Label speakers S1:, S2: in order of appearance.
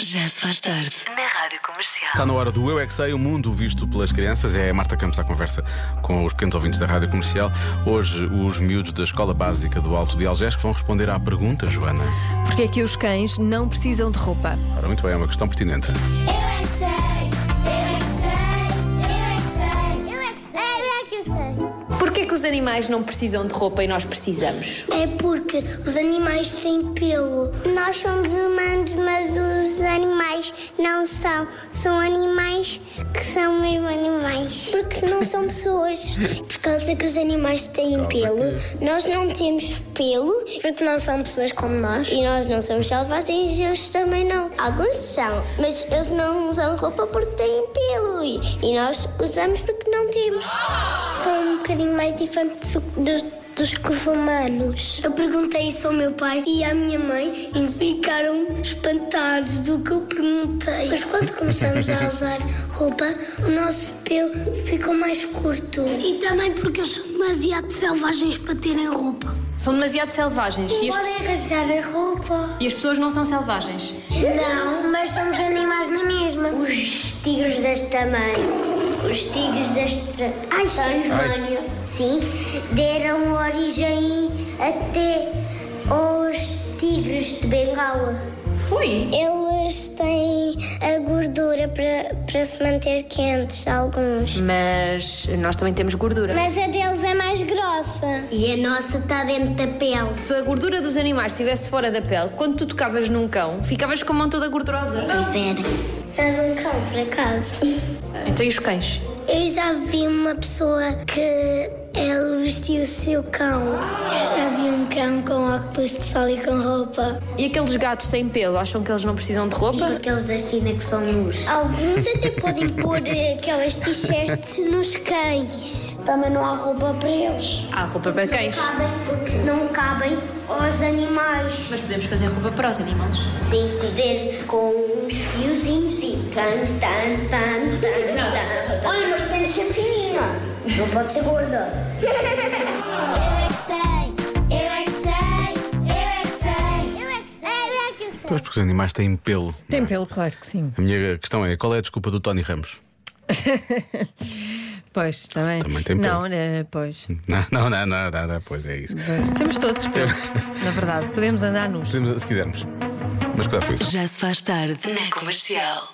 S1: Já se faz tarde.
S2: na Rádio Comercial.
S3: Está na hora do Eu É Que Sei, o mundo visto pelas crianças. É a Marta Campos à conversa com os pequenos ouvintes da Rádio Comercial. Hoje, os miúdos da Escola Básica do Alto de Algés que vão responder à pergunta, Joana.
S4: Porque é que os cães não precisam de roupa?
S3: Ora, muito bem, é uma questão pertinente.
S5: Eu é que sei, eu é que sei, eu é que sei, eu é que sei, eu é
S6: Porquê que os animais não precisam de roupa e nós precisamos?
S5: sei. É porque os animais têm pelo. Nós somos humanos, mas os animais não são. São animais que são mesmo animais. Porque não são pessoas. Por causa que os animais têm pelo, nós não temos pelo, porque não são pessoas como nós. E nós não somos selvagens e eles também não. Alguns são, mas eles não usam roupa porque têm pelo. E, e nós usamos porque não temos. São um bocadinho mais diferentes do- do- dos humanos. Eu perguntei isso ao meu pai e à minha mãe e ficaram espantados do que eu perguntei. Mas quando começamos a usar roupa, o nosso pelo ficou mais curto. E também porque eles são demasiado selvagens para terem roupa.
S6: São demasiado selvagens e as,
S5: Podem rasgar a roupa.
S6: e as pessoas não são selvagens.
S5: Não, mas somos animais na mesma. Os tigres deste tamanho, os tigres deste São João, sim, deram origem até aos tigres de Bengala.
S6: Foi?
S5: Eles têm a gordura para, para se manter quentes, alguns.
S4: Mas nós também temos gordura.
S5: Mas a deles é mais grossa. E a nossa está dentro da pele.
S4: Se a gordura dos animais estivesse fora da pele, quando tu tocavas num cão, ficavas com a mão toda gordurosa.
S5: Pois é. Mas um cão, por acaso.
S4: Então e os cães?
S5: Eu já vi uma pessoa que ele vestiu o seu cão. Eu já vi um cão com óculos de sol e com roupa.
S4: E aqueles gatos sem pelo, acham que eles não precisam de roupa?
S5: aqueles da China que são nus. Alguns até podem pôr eh, aquelas t-shirts nos cães. Também não há roupa para eles.
S4: Há roupa para cães.
S5: Cabem, porque não cabem aos animais.
S6: Mas podemos fazer roupa para os animais.
S5: Sem fazer com uns fiozinhos e tan, tan, tan, tan, tan. Olha, mas tem que ser fininha. Não pode ser gorda. Eu é que sei, eu é que sei, eu é que sei, eu é que sei, eu é que sei.
S3: Pois, porque os animais têm pelo.
S7: Tem pelo, claro que sim.
S3: A minha questão é: qual é a desculpa do Tony Ramos?
S7: Pois, também.
S3: Também tem pelo.
S7: Não, né, pois.
S3: Não, não, não, não, não, não, pois é isso.
S7: Pois. Temos todos pelo. Na verdade, podemos andar nus.
S3: Podemos, se quisermos. Mas cuidado com isso.
S1: Já se faz tarde.
S2: Na Comercial.